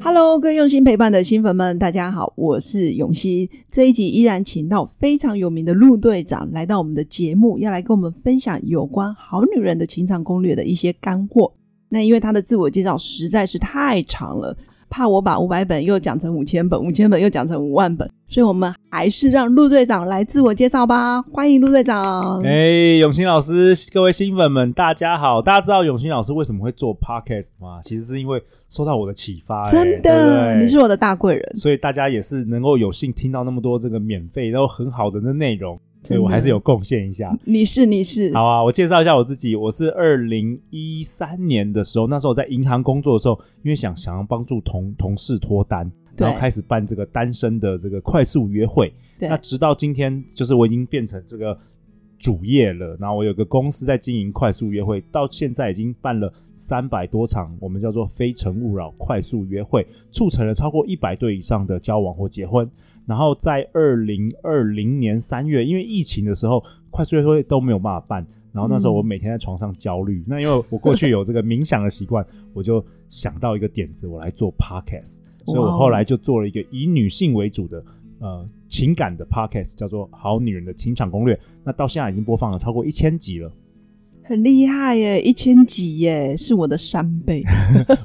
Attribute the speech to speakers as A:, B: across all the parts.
A: Hello，各位用心陪伴的新粉们，大家好，我是永熙。这一集依然请到非常有名的陆队长来到我们的节目，要来跟我们分享有关好女人的情场攻略的一些干货。那因为他的自我介绍实在是太长了，怕我把五百本又讲成五千本，五千本又讲成五万本，所以我们还是让陆队长来自我介绍吧。欢迎陆队长。
B: 哎、永兴老师，各位新粉们，大家好！大家知道永兴老师为什么会做 podcast 吗？其实是因为受到我的启发、哎
A: 真
B: 对
A: 的，
B: 不对
A: 你是我的大贵人，
B: 所以大家也是能够有幸听到那么多这个免费然后很好的那内容，所以
A: 真
B: 我
A: 的
B: 还是有贡献一下。
A: 你是你是，
B: 好啊，我介绍一下我自己，我是二零一三年的时候，那时候我在银行工作的时候，因为想想要帮助同同事脱单，
A: 对
B: 然后开始办这个单身的这个快速约会。
A: 对
B: 那直到今天，就是我已经变成这个主业了，然后我有个公司在经营快速约会，到现在已经办了三百多场，我们叫做“非诚勿扰”快速约会，促成了超过一百对以上的交往或结婚。然后在二零二零年三月，因为疫情的时候，快速约会都没有办法办。然后那时候我每天在床上焦虑，那因为我过去有这个冥想的习惯，我就想到一个点子，我来做 podcast，所以我
A: 哇哦
B: 后来就做了一个以女性为主的呃情感的 podcast，叫做《好女人的情场攻略》。那到现在已经播放了超过一千集了，
A: 很厉害耶，一千几耶，是我的三倍。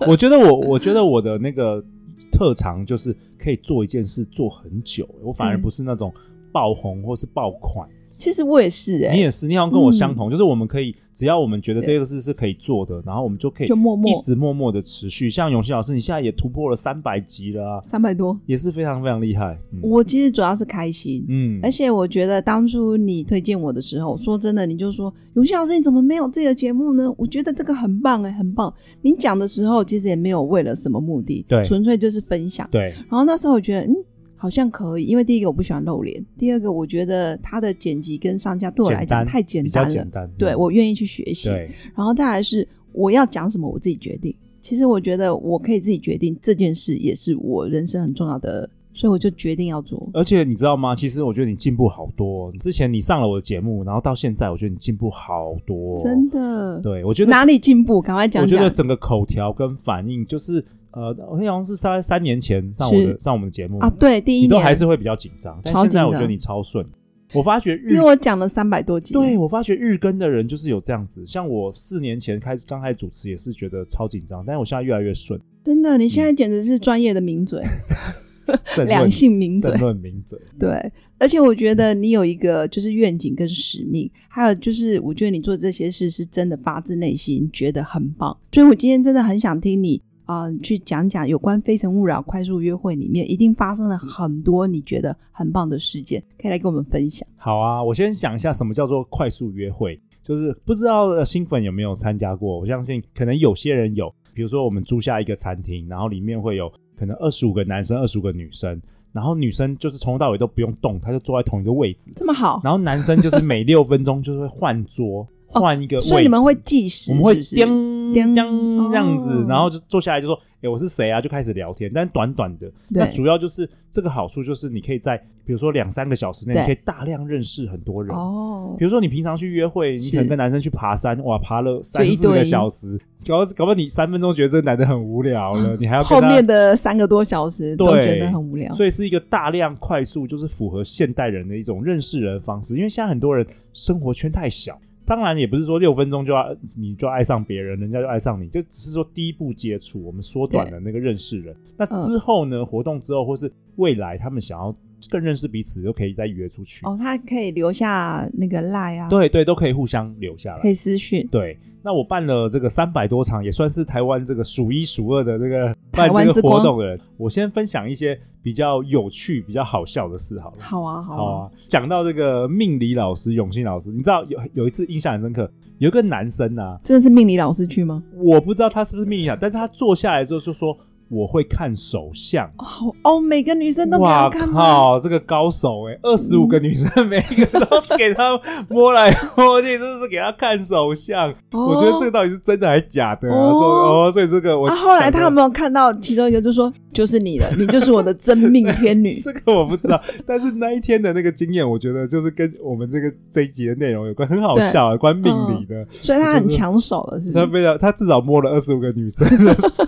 B: 我觉得我我觉得我的那个特长就是可以做一件事做很久，我反而
A: 嗯
B: 不是那种爆红或是爆款。
A: 其实我也是哎、
B: 你也是，你好像跟我相同，
A: 嗯
B: 就是我们可以，只要我们觉得这个事是可以做的，然后我们就可以
A: 就默默
B: 一直默默的持续。像永熙老师，你现在也突破了三百集了、啊，
A: 三百多。
B: 也是非常非常厉害。嗯
A: 我其实主要是开心，
B: 嗯
A: 而且我觉得当初你推荐我的时候，说真的，你就说永熙老师你怎么没有自己的节目呢？我觉得这个很棒哎，很棒。你讲的时候其实也没有为了什么目的，
B: 对
A: 纯粹就是分享。
B: 对
A: 然后那时候我觉得嗯。好像可以，因为第一个我不喜欢露脸，第二个我觉得它的剪辑跟上架对我来讲
B: 简单
A: 太简
B: 比
A: 单
B: 较
A: 了，
B: 简单，
A: 对
B: 嗯
A: 我愿意去学习。
B: 对
A: 然后再来是我要讲什么，我自己决定。其实我觉得我可以自己决定这件事，也是我人生很重要的，所以我就决定要做。
B: 而且你知道吗？其实我觉得你进步好多哦、你之前你上了我的节目，然后到现在，我觉得你进步好多哦、
A: 真的，
B: 对，我觉得
A: 哪里进步？赶快讲
B: 我觉
A: 讲
B: 得整个口条跟反应，就是呃，我好像是大概三年前上我的
A: 是
B: 上我们的节目
A: 啊！对，第一
B: 你
A: 年
B: 都还是会比较紧张，但
A: 超
B: 现在
A: 紧
B: 我觉得
A: 张
B: 你超顺。我发觉日
A: 因为我讲了三百多集，
B: 对，我发觉日更的人就是有这样子，像我四年前开始刚开始主持也是觉得超紧张，但是我现在越来越顺，
A: 真的，你现在简直是专业的名嘴，
B: 政
A: 两
B: 论
A: 性名嘴
B: 政。论名嘴，
A: 对，而且我觉得你有一个就是愿景跟使命，还有就是我觉得你做这些事是真的发自内心，觉得很棒。所以我今天真的很想听你啊、呃去讲讲有关《非诚勿扰》快速约会里面一定发生了很多你觉得很棒的事件，可以来跟我们分享。
B: 好啊，我先想一下什么叫做快速约会，就是不知道呃新粉有没有参加过，我相信可能有些人有，比如说我们租下一个餐厅，然后里面会有可能二十五个男生，二十五个女生，然后女生就是从头到尾都不用动，她就坐在同一个位置，
A: 这么 好，
B: 然后男生就是每六分钟就是会换桌，
A: 哦
B: 换一个位置，
A: 所以你们会计时
B: 我们会
A: 是不是
B: 叮
A: 叮
B: 叮这样子，
A: 哦
B: 然后就坐下来就说：“哎、我是谁啊？”就开始聊天，但短短的。
A: 对
B: 那主要就是这个好处就是你可以在比如说两三个小时内，
A: 对
B: 你可以大量认识很多人。
A: 哦
B: 比，如说你平常去约会，你
A: 是
B: 可能跟男生去爬山，哇，爬了三
A: 就一
B: 四
A: 对一
B: 个小时，搞搞不好你三分钟觉得这个男的很无聊 了，你还要
A: 后
B: 跟他
A: 面的三个多小时都
B: 对
A: 觉得很无聊。
B: 所以是一个大量快速，就是符合现代人的一种认识人的方式。因为现在很多人生活圈太小，当然也不是说六分钟就要你就爱上别人，人家就爱上你，就只是说第一步接触，我们缩短了那个认识人。那
A: 嗯
B: 之后呢，活动之后或是未来，他们想要更认识彼此，就可以再约出去。
A: 哦，他可以留下那个赖啊，，
B: 对对，都可以互相留下来
A: 可。以私讯。
B: 对，那我办了这个三百多场，也算是台湾这个数一数二的这个
A: 台
B: 办
A: 湾
B: 这
A: 之
B: 个活
A: 光
B: 动的人。我先分享一些比较有趣、比较好笑的事好了。
A: 好啊，好
B: 好啊，讲到这个命理老师永信老师，你知道有有一次印象很深刻，有一个男生啊，
A: 真的是命理老师去吗？
B: 我不知道他是不是命理老师，但是他坐下来之后就说：“我会看手相。
A: 哦哦，每个女生都给
B: 哇
A: 他看吗？哦
B: 靠，这个高手哎、欸，二十五个女生，每一个都给他摸来摸去，真的是给他看手相。
A: 哦
B: 我觉得这个到底是真的还是假的、啊？
A: 哦
B: 说哦，所以这个我
A: 啊，
B: 想说、
A: 后来他有没有看到其中一个就说就是你了，你就是我的真命天 女
B: 这个我不知道，但是那一天的那个经验，我觉得就是跟我们这个这一集的内容有关，很好
A: 对嗯
B: 笑啊，关命理的。
A: 所以他很抢手了，是不
B: 他
A: 是？
B: 非常，他至少摸了二十五个女生的手，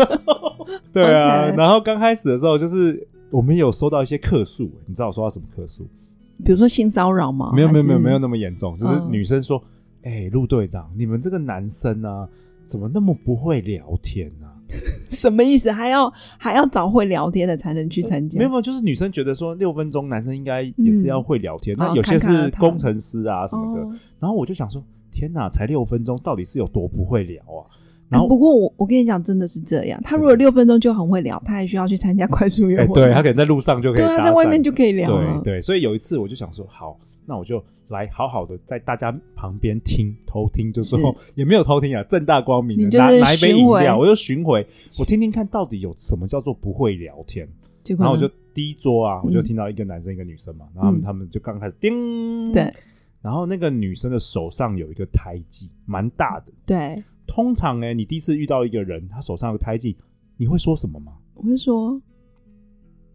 B: 对啊。
A: OK
B: 然后刚开始的时候，就是我们有收到一些客诉，你知道我收到什么客诉？
A: 比如说性骚扰吗？
B: 没有没有没
A: 哦
B: 有
A: 还是
B: 没有，那么严重，就是
A: 嗯
B: 女生说：“哎、陆队长，你们这个男生啊，怎么那么不会聊天啊？”
A: 什么意思？还要还要找会聊天的才能去参加？
B: 没有没有，就是女生觉得说六分钟，男生应该也是要会聊天。那
A: 哦
B: 有些
A: 侃侃而
B: 是
A: 谈
B: 工程师啊什么的。
A: 哦
B: 然后我就想说，天哪，才六分钟，到底是有多不会聊啊？
A: 哎
B: 然后
A: 不过我我跟你讲，真的是这样。他如果六分钟就很会聊，他还需要去参加快速约
B: 哎、
A: 会。
B: 对他可能在路上就可以
A: 对
B: 搭
A: 啊，
B: 讪，
A: 在外面就可以聊
B: 对
A: 了。
B: 对，所以有一次我就想说，好，那我就来好好的在大家旁边听偷听，就是
A: 是
B: 后也没有偷听啊，正大光明
A: 你
B: 的
A: 就
B: 拿
A: 是
B: 拿一杯饮
A: 巡回
B: 料，我就巡回，我听听看到底有什么叫做不会聊天。
A: 结果
B: 然
A: 呢
B: 后我就第一桌啊，
A: 嗯
B: 我就听到一个男生一个女生嘛，然后他们
A: 嗯
B: 他们就刚开始叮，
A: 对，
B: 然后那个女生的手上有一个胎记，蛮大的。
A: 对，
B: 通常呢，你第一次遇到一个人，他手上有个胎记，你会说什么吗？
A: 我会说，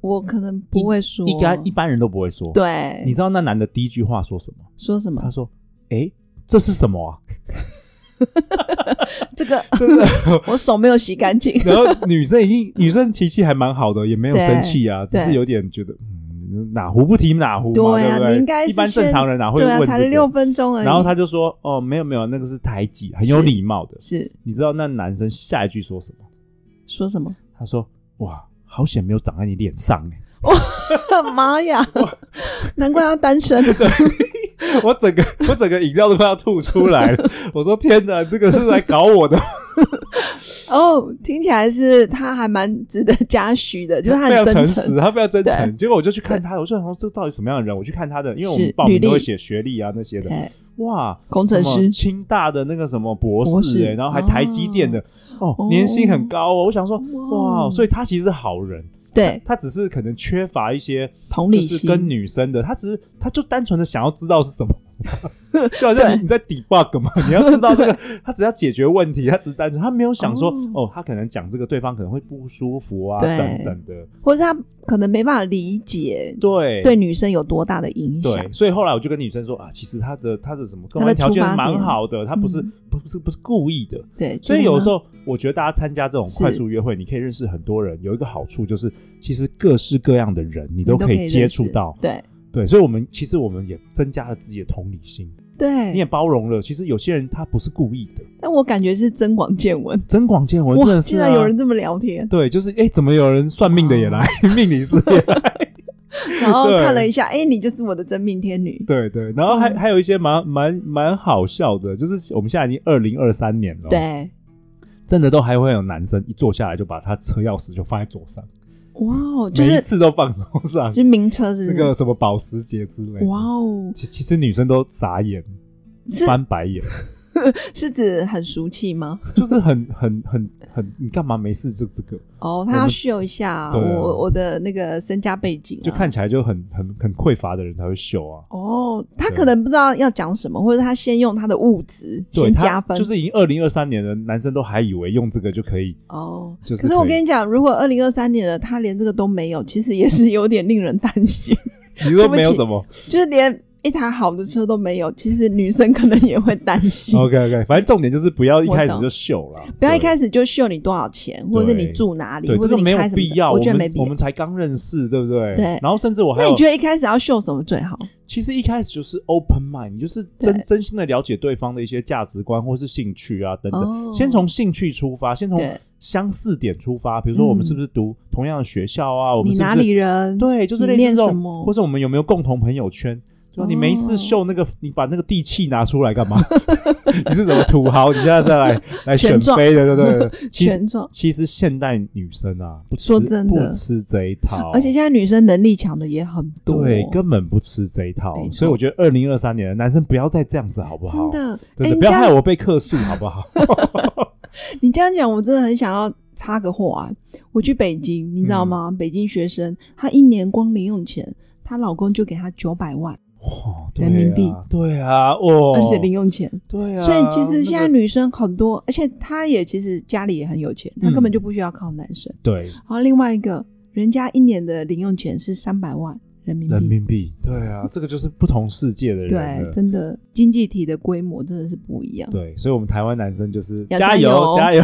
A: 我可能不会说，
B: 一般一般人都不会说。，
A: 对，
B: 你知道那男的第一句话说什么？
A: 说什
B: 他
A: 么？
B: 说：“哎，这是什么啊。
A: 这个我手没有洗干净？”
B: 然后女生 已经女生脾气还蛮好的，也没有
A: 对
B: 生气啊，只
A: 对
B: 是有点觉得嗯，哪壶不提哪壶嘛，
A: 对啊
B: 不对？
A: 你应该是
B: 一般正
A: 先
B: 常人哪会
A: 对
B: 问
A: 啊，
B: 这
A: 才
B: 个
A: 六分钟而已。
B: 然后他就说：“哦，没有没有，那个是胎记，很有
A: 是
B: 礼貌的。
A: 是”
B: 你知道那男生下一句说什么？
A: 说什么？
B: 他说：“哇，好险没有长在你脸上欸
A: 妈呀！难怪他单 身。
B: 我整个我整个饮料都快要吐出来了。 我说：“天哪，这个是来搞我的，
A: 哦，听起来是他还蛮值得嘉许的， 就是他
B: 非
A: 很
B: 常
A: 真
B: 诚
A: 诚
B: 实，。他非常真诚。”
A: 对
B: 结果我就去看他，我就想说这到底什么样的人？我去看他的，因为我们
A: 是
B: 报名
A: 履历
B: 都会写学历啊那些的。
A: 对，
B: 哇，
A: 哎工程
B: 什么
A: 师
B: 清大的那个什么博
A: 博士
B: 士、欸，然后还台积电的，哦，
A: 哦
B: 年薪很高哦。我想说，
A: 哇
B: 哇，所以他其实是好人。
A: 对，
B: 他只是可能缺乏一些
A: 同理
B: 就是
A: 心
B: 跟女生的，他只是他就单纯的想要知道是 什么，就好像
A: 对
B: 你你在 debug 嘛， 你要知道这个，他只要解决问题，他只是单纯，他没有想说
A: 哦
B: 哦，他可能讲这个对方可能会不舒服啊
A: 对
B: 等等的，
A: 或者是他可能没办法理解
B: 对
A: 对女生有多大的影响
B: 对，。所以后来我就跟女生说啊，其实他的他的什么客
A: 他的
B: 观条件
A: 出发
B: 蛮
A: 点
B: 好的，他不是
A: 嗯
B: 不是不是故意的，
A: 对，
B: 所以有时
A: 候
B: 候我觉得大家参加这种快速约会，你可以认识很多人，有一个好处就是其实各式各样的人你
A: 你
B: 都
A: 都
B: 可以接触
A: 认识
B: 到。
A: 对
B: 对，所以我们其实我们也增加了自己的同理心，你
A: 对，
B: 也包容了。其实有些人他不是故意的，
A: 但我感觉是增广见闻。
B: 增广见闻，真
A: 哇，
B: 的是、
A: 竟
B: 啊。
A: 然有人这么聊天，
B: 对，就是哎，诶怎么有人算命的也来，命理师也 来，
A: 然后
B: 对
A: 看了一下，哎，你就是我的真命天女。
B: 对对。然后还、
A: 嗯
B: 还有一些蛮蛮蛮好笑的，就是我们现在已经二零二三年了，，哦
A: 对，
B: 真的都还会有男生一坐下来就把他车钥匙就放在桌上，
A: 哇哦，就
B: 每一
A: 是
B: 次都放桌上
A: 就，是名车是
B: 那
A: 不
B: 个
A: 是？
B: 什么保时捷之类的。
A: 哇哦，
B: 其其实女生都傻眼，
A: 是
B: 翻白眼，
A: 是指很俗气吗？
B: 就是很很很很，你干嘛没事就这个？
A: 哦，他要秀一下啊
B: 对啊
A: 我我的那个身家背景啊，
B: 就看起来就很很很匮乏的人才会秀啊。
A: 哦，他
B: 对
A: 可能不知道要讲什么，或者他先用他的物质
B: 对
A: 先加
B: 他
A: 分，
B: 就是已经二零二三年的男生都还以为用这个就可 以，
A: 哦。
B: 就是
A: 可是我
B: 可以
A: 跟你讲，如果二零二三年了，他连这个都没有，其实也是有点令人担心，
B: 你说没有什么
A: 就是连一台好的车都没有，其实女生可能也会担心。
B: ？OK OK，反正重点就是不要一
A: 我
B: 开始
A: 懂
B: 就秀啦，
A: 不要一
B: 对
A: 开始就秀你多少钱，或者是你住哪里，
B: 对
A: 或
B: 这
A: 者
B: 个
A: 你
B: 没有
A: 开什么
B: 必
A: 车
B: 要，
A: 我
B: 我
A: 觉得
B: 们
A: 没必
B: 我
A: 要
B: 们。才刚认识，对不对？
A: 对
B: 然后甚至我还
A: 那
B: 有
A: 你觉，得一开始要秀什么最好？
B: 其实一开始就是 open mind，你就是真
A: 对
B: 真心的了解对方的一些价值观或是兴趣啊等等。
A: 哦
B: 先从兴趣出发，先从
A: 对
B: 相似点出发，比如说我们
A: 嗯
B: 是不是读同样的学校啊？我们
A: 你
B: 是不
A: 哪
B: 是
A: 里人？
B: 对，就是
A: 你
B: 类似
A: 念
B: 这
A: 什
B: 种，
A: 么
B: 或者我们有没有共同朋友圈？对吧？你没事
A: 哦
B: 秀那个，你把那个地契拿出来 干嘛？ 你是什么土豪？你现在再来来选
A: 权状
B: 妃的，对 对对。其实
A: 权重。
B: 其实现代女生啊，不吃
A: 说真的啊
B: 不吃这一套，
A: 而且现在女生能力强的也很多，
B: 对根本不吃这一套
A: 没。错
B: 所以我觉得二零二三年的男生不要再这样子，好不好？
A: 真的，
B: 真
A: 哎
B: 的不要
A: 这样
B: 害我被客诉，好不好？
A: 你这样讲，我真的很想要插个话、啊。我去北京，你知
B: 嗯
A: 道吗？北京学生她一年光零用钱，她老公就给她九百万，
B: 哦对
A: 人民币
B: 啊对啊，哦，
A: 而且零用钱。
B: 对啊，
A: 所以其实现在
B: 那个
A: 女生很多，而且她也其实家里也很有钱，她
B: 嗯
A: 根本就不需要靠男生。
B: 对
A: 然后另外一个，人家一年的零用钱是三百万人民币。
B: 人民币，对啊，这个就是不同世界的人
A: 对，
B: 了，
A: 真的经济体的规模真的是不一样。
B: 对，所以我们台湾男生就是
A: 嗯要
B: 加油
A: 加
B: 加油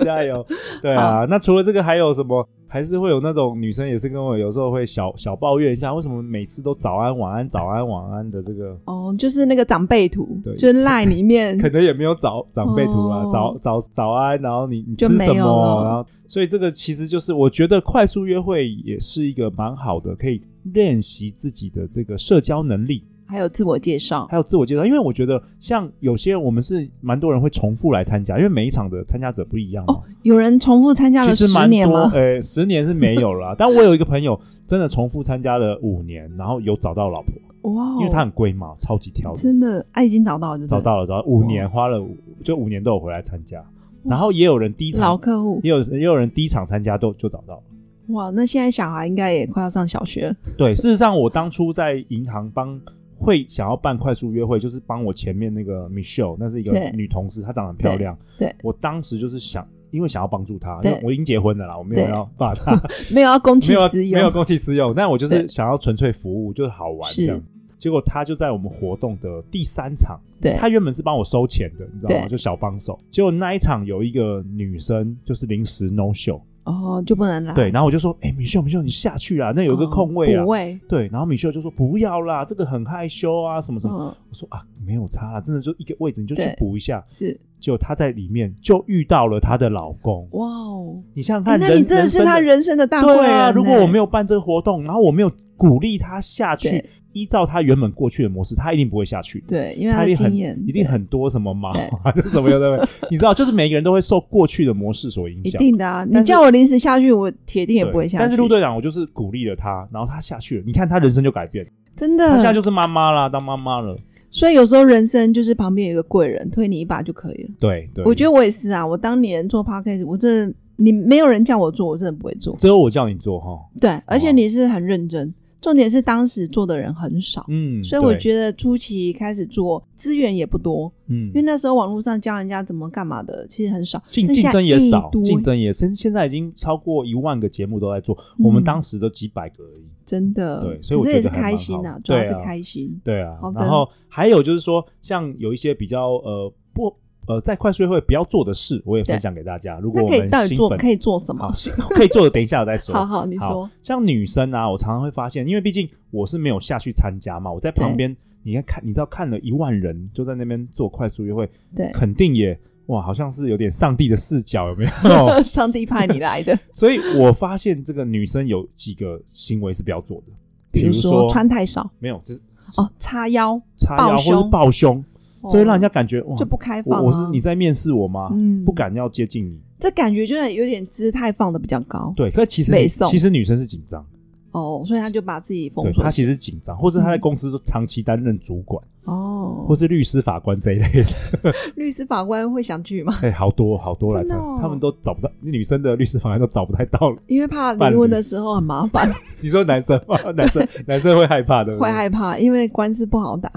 B: 加油，对啊。那除了这个还有什么？还是会有那种女生也是跟我有时候会小小抱怨一下，为什么每次都早安晚安早安晚安的这个，
A: 哦，就是那个长辈图，
B: 对
A: 就是赖里面
B: 可能也没有早长辈图啊，
A: 嗯哦
B: 早早早安，然后你你
A: 就
B: 吃
A: 没
B: 什
A: 有了
B: 么，啊然后所以这个其实就是我觉得快速约会也是一个蛮好的，可以练习自己的这个社交能力。
A: 还有自我介绍。
B: 还有自我介绍，因为我觉得像有些人，我们是蛮多人会重复来参加，因为每一场的参加者不一样嘛。
A: 哦有人重复参加了
B: 其
A: 十
B: 实蛮
A: 年
B: 多，
A: 吗？
B: 呃，十年是没有啦。但我有一个朋友真的重复参加了五年，然后有找到老婆，
A: 哇哦，
B: 呃因为她很龟毛，超级挑的，
A: 真的爱已经找到了，
B: 找到
A: 了
B: 了，找到五年花了五，就五年都有回来参加。然后也有人第一
A: 老
B: 场，
A: 客户。
B: 也有也有人第一场参加都就找到了。
A: 哇，那现在小孩应该也快要上小学了。
B: 对，事实上我当初在银行帮会想要办快速约会，就是帮我前面那个 Michelle，那是一个
A: 对
B: 女同事，她长得很漂亮。
A: 对对
B: 我当时就是想，因为想要帮助她，
A: 对
B: 因为我已经结婚了啦，我没有
A: 对
B: 要把她
A: 没有要公
B: 没
A: 器
B: 有啊
A: 私
B: 没有
A: 用，
B: 公器私用，但我就
A: 对
B: 是想要纯粹服务，就是好玩
A: 是
B: 这样。结果她就在我们活动的第三场，
A: 对，
B: 她原本是帮我收钱的，你知道吗？
A: 对
B: 就小帮手。结果那一场有一个女生就是临时 no show，
A: 哦就不能来。
B: 对，然后我就说，哎、米秀米秀，你下去啊，那有一个
A: 哦
B: 空位啊，
A: 补位，
B: 对，然后米秀就说不要啦，这个很害羞啊，什么什么。
A: 嗯，
B: 我说啊，没有差啦，真的就一个位置，你就
A: 对
B: 去补一下。
A: 是
B: 结果她在里面就遇到了她的老公。
A: 哇哦，
B: 你想想
A: 哎
B: 看，
A: 那
B: 人
A: 你真的是他人生的大贵
B: 对
A: 人欸
B: 啊！
A: 呢。
B: 如果我没有办这个活动，然后我没有鼓励她下去
A: 对，
B: 依照她原本过去的模式，她一定不会下去。
A: 对，因为
B: 她
A: 他
B: 一
A: 的
B: 定很
A: 经验
B: 一定很多什么毛
A: 对
B: 啊， 就什么有的 没，你知道，就是每个人都会受过去的模式所影
A: 一
B: 响。
A: 定的啊。你
B: 但是
A: 叫我临时下去，我铁定也不会下去。
B: 但是陆队长，我就是鼓励了她，然后她下去了，你看她人生就改变，
A: 真
B: 她现在
A: 的，
B: 就是妈妈啦，当妈妈了。
A: 所以有时候人生就是旁边有一个贵人推你一把就可以了。
B: 对对，
A: 我觉得我也是啊，我当年做 podcast，我真的你没有人叫我做，我真的不会做。
B: 只有我叫你做哈。
A: 对，而且你是很认真，重点是当时做的人很少。
B: 嗯，
A: 所以我
B: 对
A: 觉得初期开始做资源也不多，
B: 嗯
A: 因为，那时候网络上教人家怎么干嘛的其实很少，
B: 竞
A: 但
B: 竞
A: 现在
B: 争也
A: 一
B: 少，
A: 堆
B: 竞争也现现在已经超过一万个节目都在做，
A: 嗯
B: 我们当时都几百个而已。
A: 真的，
B: 对所以我
A: 可是
B: 觉
A: 也
B: 得
A: 是
B: 还蛮
A: 开心
B: 好
A: 啊
B: 的，
A: 主要
B: 对
A: 是
B: 啊
A: 开心，
B: 对啊
A: 好，的
B: 然后还有就是说，像有一些比较呃不呃在快速约会不要做的事，我也
A: 对
B: 分享给大家。如果
A: 那
B: 我
A: 可以到底
B: 们兴
A: 做
B: 奋，
A: 可以做什么
B: 好？兴 可以做的，等一下我再 说。
A: 好好，你
B: 好
A: 说，
B: 像女生啊，我常常会发现，因为毕竟我是没有下去参加嘛，我在旁
A: 对
B: 边，你看看，你知道看了一万人就在那边做快速约会，
A: 对，
B: 肯定也哇，好像是有点上帝的视角，有没 有？
A: 上帝派你来 的，
B: 所以我发现这个女生有几个行为是不要做的，
A: 比如
B: 如
A: 说穿太少
B: 没有，只是
A: 哦，叉腰，
B: 叉
A: 抱
B: 腰或
A: 胸
B: 是抱胸，这会让人家
A: 哦
B: 感觉哇，
A: 就不开放啊
B: 我我是你在面试我吗？
A: 嗯
B: 不，敢要接近你。
A: 这感觉就是有点姿态放的比较高
B: 对，可是其实
A: 北
B: 你
A: 宋
B: 其实女生是紧张，
A: 哦，所以他就把自己封
B: 对
A: 锁
B: 她其实紧张，或者她在
A: 嗯
B: 公司长期担任主管，
A: 哦
B: 或。是律师、法官这一类的，
A: 律师法官会想去吗？
B: 哎，好多好多来
A: 真
B: 参
A: 的哦，
B: 他们都找不到女生的律师、法官都找不太到。
A: 因为怕
B: 伴
A: 离
B: 侣
A: 婚的时候很麻烦，
B: 你说男生吗？ 男生男生会害怕的，
A: 会害怕，因为官司不好打。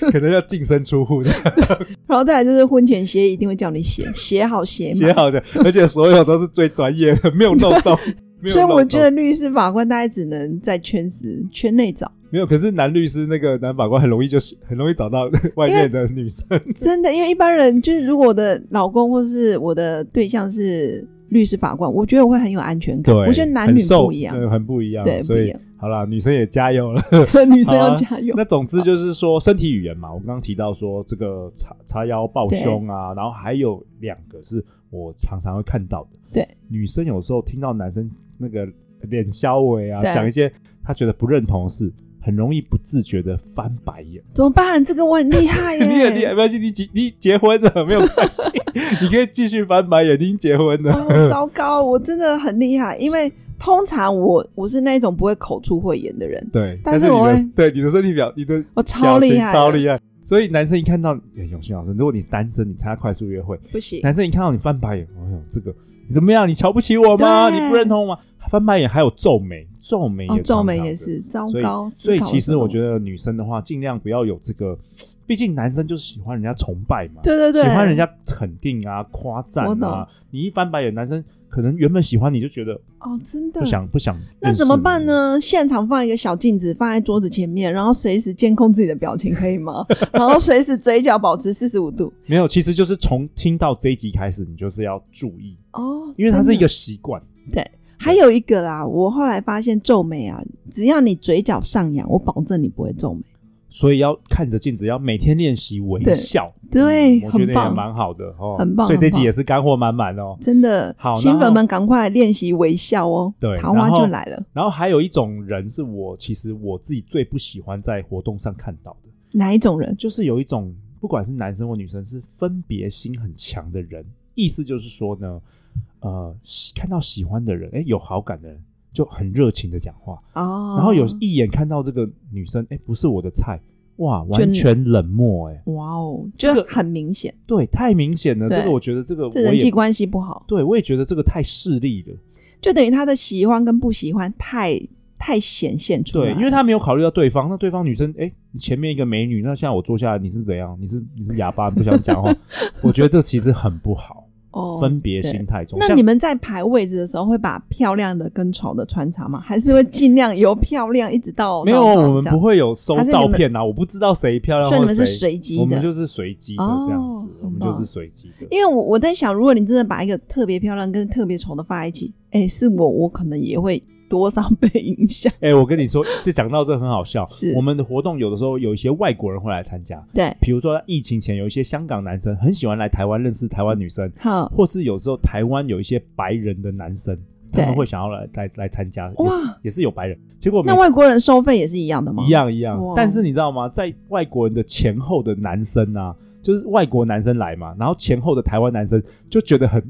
B: 可能要净身 出户的。
A: 哎然后再来就是婚前协议一定会叫你 写，写好写
B: 写
A: 满。
B: 好的，而且所有都是最专业 的，没有漏洞。没有
A: 所以
B: 漏洞
A: 我觉得律师法官大概只能在圈子圈内找，
B: 没有，可是男律师那个男法官很容易就是很容易找到外面的女生，
A: 真的，因为一般人就是如果我的老公或是我的对象是律师法官，我觉得我会很有安全感。我觉得男女
B: 很受
A: 不一样，
B: 对很不一样，
A: 对
B: 所
A: 不一
B: 以
A: 样
B: 好啦，女生也加油了。
A: 女生要
B: 好啊
A: 加油。
B: 那总之就是说身体语言嘛，我刚刚提到说这个叉叉腰抱胸啊，然后还有两个是我常常会看到的，
A: 对，
B: 女生有时候听到男生那个脸消委啊，
A: 对
B: 讲一些她觉得不认同的事，很容易不自觉的翻白眼。
A: 怎么办？这个我很厉害耶！
B: 你也你没关系，你结你结婚了没有关系， 你可以继续翻白眼，你已经结婚了。
A: 哦，糟糕，我真的很厉害，因为通常我我是那种不会口出秽言的人，
B: 对，
A: 但
B: 但
A: 是
B: 是你
A: 我
B: 的
A: 会
B: 对你的身体表，你的
A: 我
B: 表
A: 超厉
B: 情
A: 害，
B: 超厉害，所以男生一看到哎永信老师，如果你单身，你参加快速约会，
A: 不行，
B: 男生一看到你翻白眼，哎呦，这个你怎么样？你瞧不起我吗？
A: 对
B: 你不认同我吗？翻白眼还有皱眉，皱眉也
A: 哦，
B: 常常
A: 皱眉
B: 这
A: 也
B: 样子
A: 是糟
B: 所以
A: 糕。
B: 所以其实我觉
A: 得，
B: 得女生的话，尽量不要有这个，毕竟男生就是喜欢人家崇拜嘛，
A: 对对对，
B: 喜欢人家肯定啊、夸赞
A: 我懂
B: 啊。你一翻白眼，男生可能原本喜欢你就觉得
A: 哦，真的
B: 不想不想，
A: 那怎么办？呢？现场放一个小镜子放在桌子前面，然后随时监控自己的表情，可以 吗？然后随时嘴角保持四十五度。
B: 没有，其实就是从听到这一集开始，你就是要注意，
A: 哦，
B: 因为它是一
A: 真的。
B: 个习惯。
A: 还有一个啦，我后来发现皱眉啊，只要你嘴角上扬，我保证你不会皱眉。
B: 所以要看着镜子，要每天练习微
A: 对
B: 笑。嗯
A: 对
B: 我觉得
A: 很棒
B: 也蛮好的哦，
A: 很棒
B: 所以这集
A: 很棒
B: 也是干货满满哦。
A: 真的，
B: 好
A: 新
B: 然
A: 粉
B: 后
A: 们赶快练习微笑哦，
B: 对
A: 桃花
B: 然后
A: 就来了。
B: 然后还有一种人是我其实我自己最不喜欢在活动上看到的，
A: 哪一种人？
B: 就是有一种不管是男生或女生是分别心很强的人，意思就是说呢，呃，喜看到喜欢的人，哎，有好感的人就很热情的讲话，
A: 哦，
B: 然后有一眼看到这个女生，哎，不是我的菜，哇，完全冷漠、哎，
A: 哇哦，就
B: 这个
A: 很明显，
B: 对，太明显了，
A: 对
B: 这个我觉得这个
A: 这
B: 我
A: 人际
B: 也。
A: 关系不好，
B: 对，我也觉得这个太势利了。
A: 就等于他的喜欢跟不喜欢太太显现出来
B: 对，
A: 了。
B: 因为他没有考虑到对方，那对方女生，哎，你前面一个美女，那现在我坐下来，你是怎样？你是你是哑巴，你不想 讲话？我觉得这其实很不好，
A: 哦
B: 分别
A: 对
B: 心太重。
A: 那
B: 像
A: 你们在排位置的时候，会把漂亮的跟丑的穿插吗？还是会尽量由漂亮一直到
B: 没有，
A: 到到
B: 我们
A: 这样
B: 不会有收
A: 还是你
B: 照
A: 们
B: 片啊，我不知道谁漂亮
A: 所以你
B: 或
A: 们
B: 谁，
A: 是随机
B: 我
A: 的
B: 们就是随机的
A: 哦
B: 这样子，我
A: 很
B: 们
A: 棒
B: 就是随机的。
A: 因为我我在想，如果你真的把一个特别漂亮跟特别丑的放在一起，哎、是我我可能也会多少被影响。
B: 哎、我跟你说， 这讲到这很好笑
A: 是。
B: 我们的活动有的时候有一些外国人会来参加，
A: 对，
B: 比如说疫情前有一些香港男生很喜欢来台湾认识台湾女生，
A: 好
B: 或是有时候台湾有一些白人的男生，他
A: 对
B: 们会想要来来来参加，也是
A: 哇，
B: 也是有白人。结果每
A: 那外国人收费也是一样的吗？
B: 一。样一样
A: 哇，
B: 但是你知道吗？在外国人的前后的男生啊，就是外国男生来嘛，然后前后的台湾男生就觉得很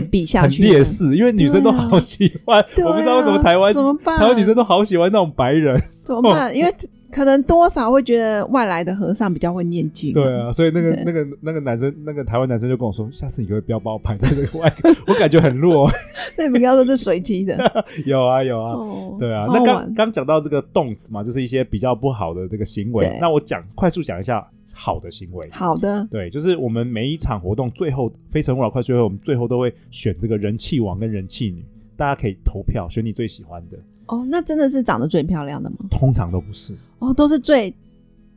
A: 被比下
B: 很
A: 去的
B: 劣势，因为女生都
A: 对啊
B: 好喜欢，
A: 对啊
B: 我不知道为什么台湾
A: 怎么办？
B: 台湾女生都哦好喜欢那种白人，
A: 怎么办？因为可能多少会觉得外来的和尚比较会念经、
B: 对啊，所以那个
A: 对
B: 那个那个男生，那个台湾男生就跟我说，下次你可不可以不要把我排在这个外， 我感觉很弱。
A: 那你不要说这随机 的
B: 有啊有啊，
A: 哦。
B: 对啊，
A: 好
B: 那
A: 好
B: 刚
A: 玩
B: 刚讲到这个动词嘛，就是一些比较不好的这个行为
A: 对。
B: 那我讲快速讲一下好的行为。
A: 好的，
B: 对，就是我们每一场活动最后非诚勿扰快速约会，我们最后都会选这个人气王跟人气女，大家可以投票选你最喜欢的。
A: 哦，那真的是长得最漂亮的吗？
B: 通常都不是。
A: 哦，都是最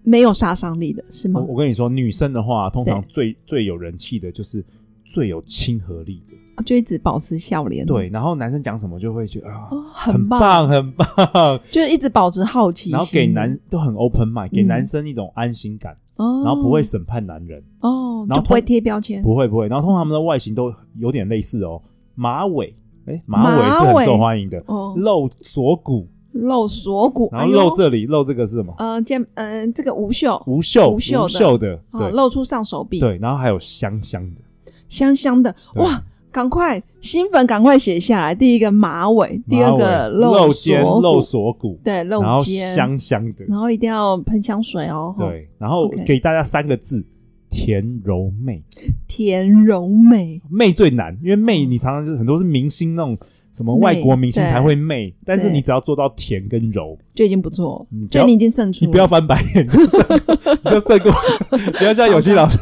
A: 没有杀伤力的，是吗
B: 我？哦我跟你说，女生的话，通常
A: 对
B: 最最有人气的就是最有亲和力的。
A: 哦就一直保持笑脸。
B: 对，，然后男生讲什么就会觉得啊。
A: 哦，很
B: 很
A: 棒，
B: 棒，很 棒，
A: 就是一直保持好奇心，
B: 然后给男都很 open mind，给
A: 嗯
B: 男生一种安心感，
A: 哦，
B: 然后不会审判男人，
A: 哦，
B: 然后
A: 就不会贴标签。
B: 不会不会，然后通常他们的外形都有点类似哦，马尾，哎，马
A: 马
B: 尾是
A: 尾
B: 很受欢迎的，
A: 哦，
B: 露锁骨，
A: 露锁骨，
B: 然后
A: 哎呦
B: 露这里，露这个是什么？
A: 呃肩嗯、这个无袖，
B: 无袖，
A: 无袖的
B: 无袖的，
A: 哦，
B: 对
A: 露出上手臂，
B: 对，然后还有香香的，
A: 香香的，
B: 对
A: 哇！赶快，新粉赶快写下来。第一个马尾，第二个
B: 马尾露肩、
A: 锁
B: 露
A: 骨，
B: 锁骨，
A: 对，露
B: 然后
A: 肩，
B: 香香的，
A: 然后一定要喷香水哦。吼，
B: 对，然后
A: OK
B: 给大家三个字：甜柔媚。
A: 甜柔美，
B: 媚最难，因为
A: 嗯
B: 媚你常常就是很多是明星那种什么
A: 媚
B: 外国明星
A: 对
B: 才会媚，但是
A: 对
B: 你只要做到甜跟柔，
A: 就已经不错了
B: 嗯，不
A: 就
B: 要
A: 你已经胜出
B: 你
A: 了。
B: 不要翻白眼，就胜， 你就胜过， 不要像有些老师，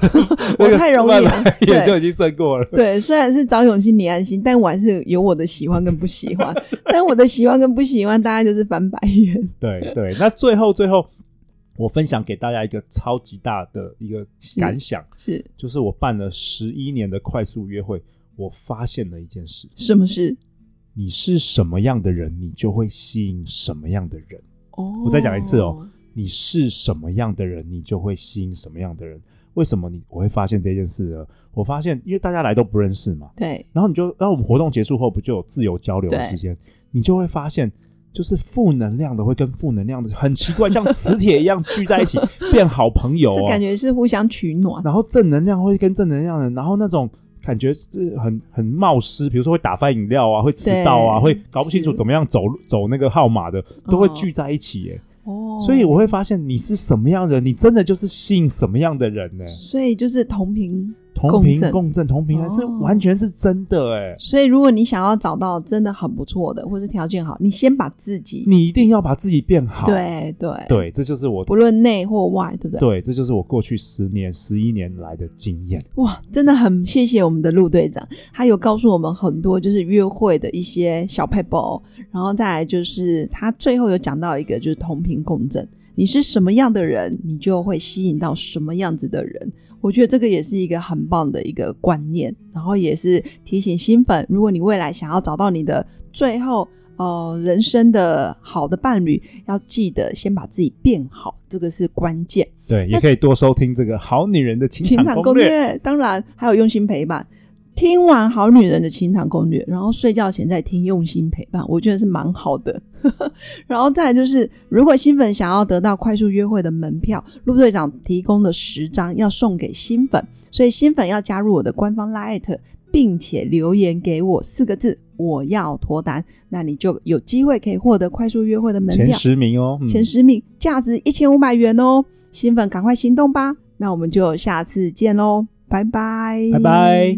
A: 我
B: 那个
A: 太容易了
B: 翻白
A: 对
B: 眼就已经胜过了。
A: 对，虽然是找永新你安心，但我还是有我的喜欢跟不喜欢。 但我的喜欢跟不喜欢，大概就是翻白眼。
B: 对对，那最后最后，我分享给大家一个超级大的一个
A: 是
B: 感想，
A: 是
B: 就是我办了十一年的快速约会，我发现了一件事：
A: 什么事？
B: 你是什么样的人，你就会吸引什么样的人。
A: 哦
B: 我再讲一次哦，你是什么样的人，你就会吸引什么样的人。为什么你我会发现这件事呢？我发现，因为大家来都不认识嘛，
A: 对，
B: 然后你就，然后我们活动结束后不就有自由交流的时间，你就会发现，就是负能量的会跟负能量的很奇怪，像磁铁一样聚在 一起变好朋友、哦，哦
A: 这感觉是互相取暖。
B: 然后正能量会跟正能量的，然后那种感觉是很很冒失，比如说会打翻饮料啊，会迟到啊，
A: 对
B: 会搞不清楚
A: 是
B: 怎么样走路走那个号码的，都会
A: 哦
B: 聚在一起耶。
A: 哦，
B: 所以我会发现你是什么样的人，你真的就是吸引什么样的人呢、
A: 所以就是同频。
B: 同频
A: 共振
B: 共振，同频还是
A: 哦
B: 完全是真的哎、
A: 所以如果你想要找到真的很不错的，或是条件好，你先把自己
B: 你一定要把自己变好。
A: 对对，
B: 对，这就是我
A: 不论内或外，对不对？
B: 对，这就是我过去十年、十一年来的经验。
A: 哇，真的很谢谢我们的陆队长，他有告诉我们很多就是约会的一些小 paper，然后再来就是他最后有讲到一个就是同频共振，你是什么样的人，你就会吸引到什么样子的人。我觉得这个也是一个很棒的一个观念，然后也是提醒新粉，如果你未来想要找到你的最后呃人生的好的伴侣，要记得先把自己变好，这个是关键。
B: 对，也可以多收听这个《好女人的情
A: 情
B: 场
A: 场
B: 攻
A: 攻
B: 略》。
A: 略，当然还有用心陪伴。听完《好女人的情场攻略》，然后睡觉前再听《用心陪伴》，我觉得是蛮好的。 然后再来就是，如果新粉想要得到快速约会的门票，陆队长提供的十张要送给新粉，所以新粉要加入我的官方 Lite，并且留言给我四个字“我要脱单”，那你就有机会可以获得快速约会的门
B: 前
A: 票。
B: 十名哦，嗯
A: 前十名，价值一千五百元哦。新粉赶快行动吧！那我们就下次见喽，拜拜，
B: 拜拜。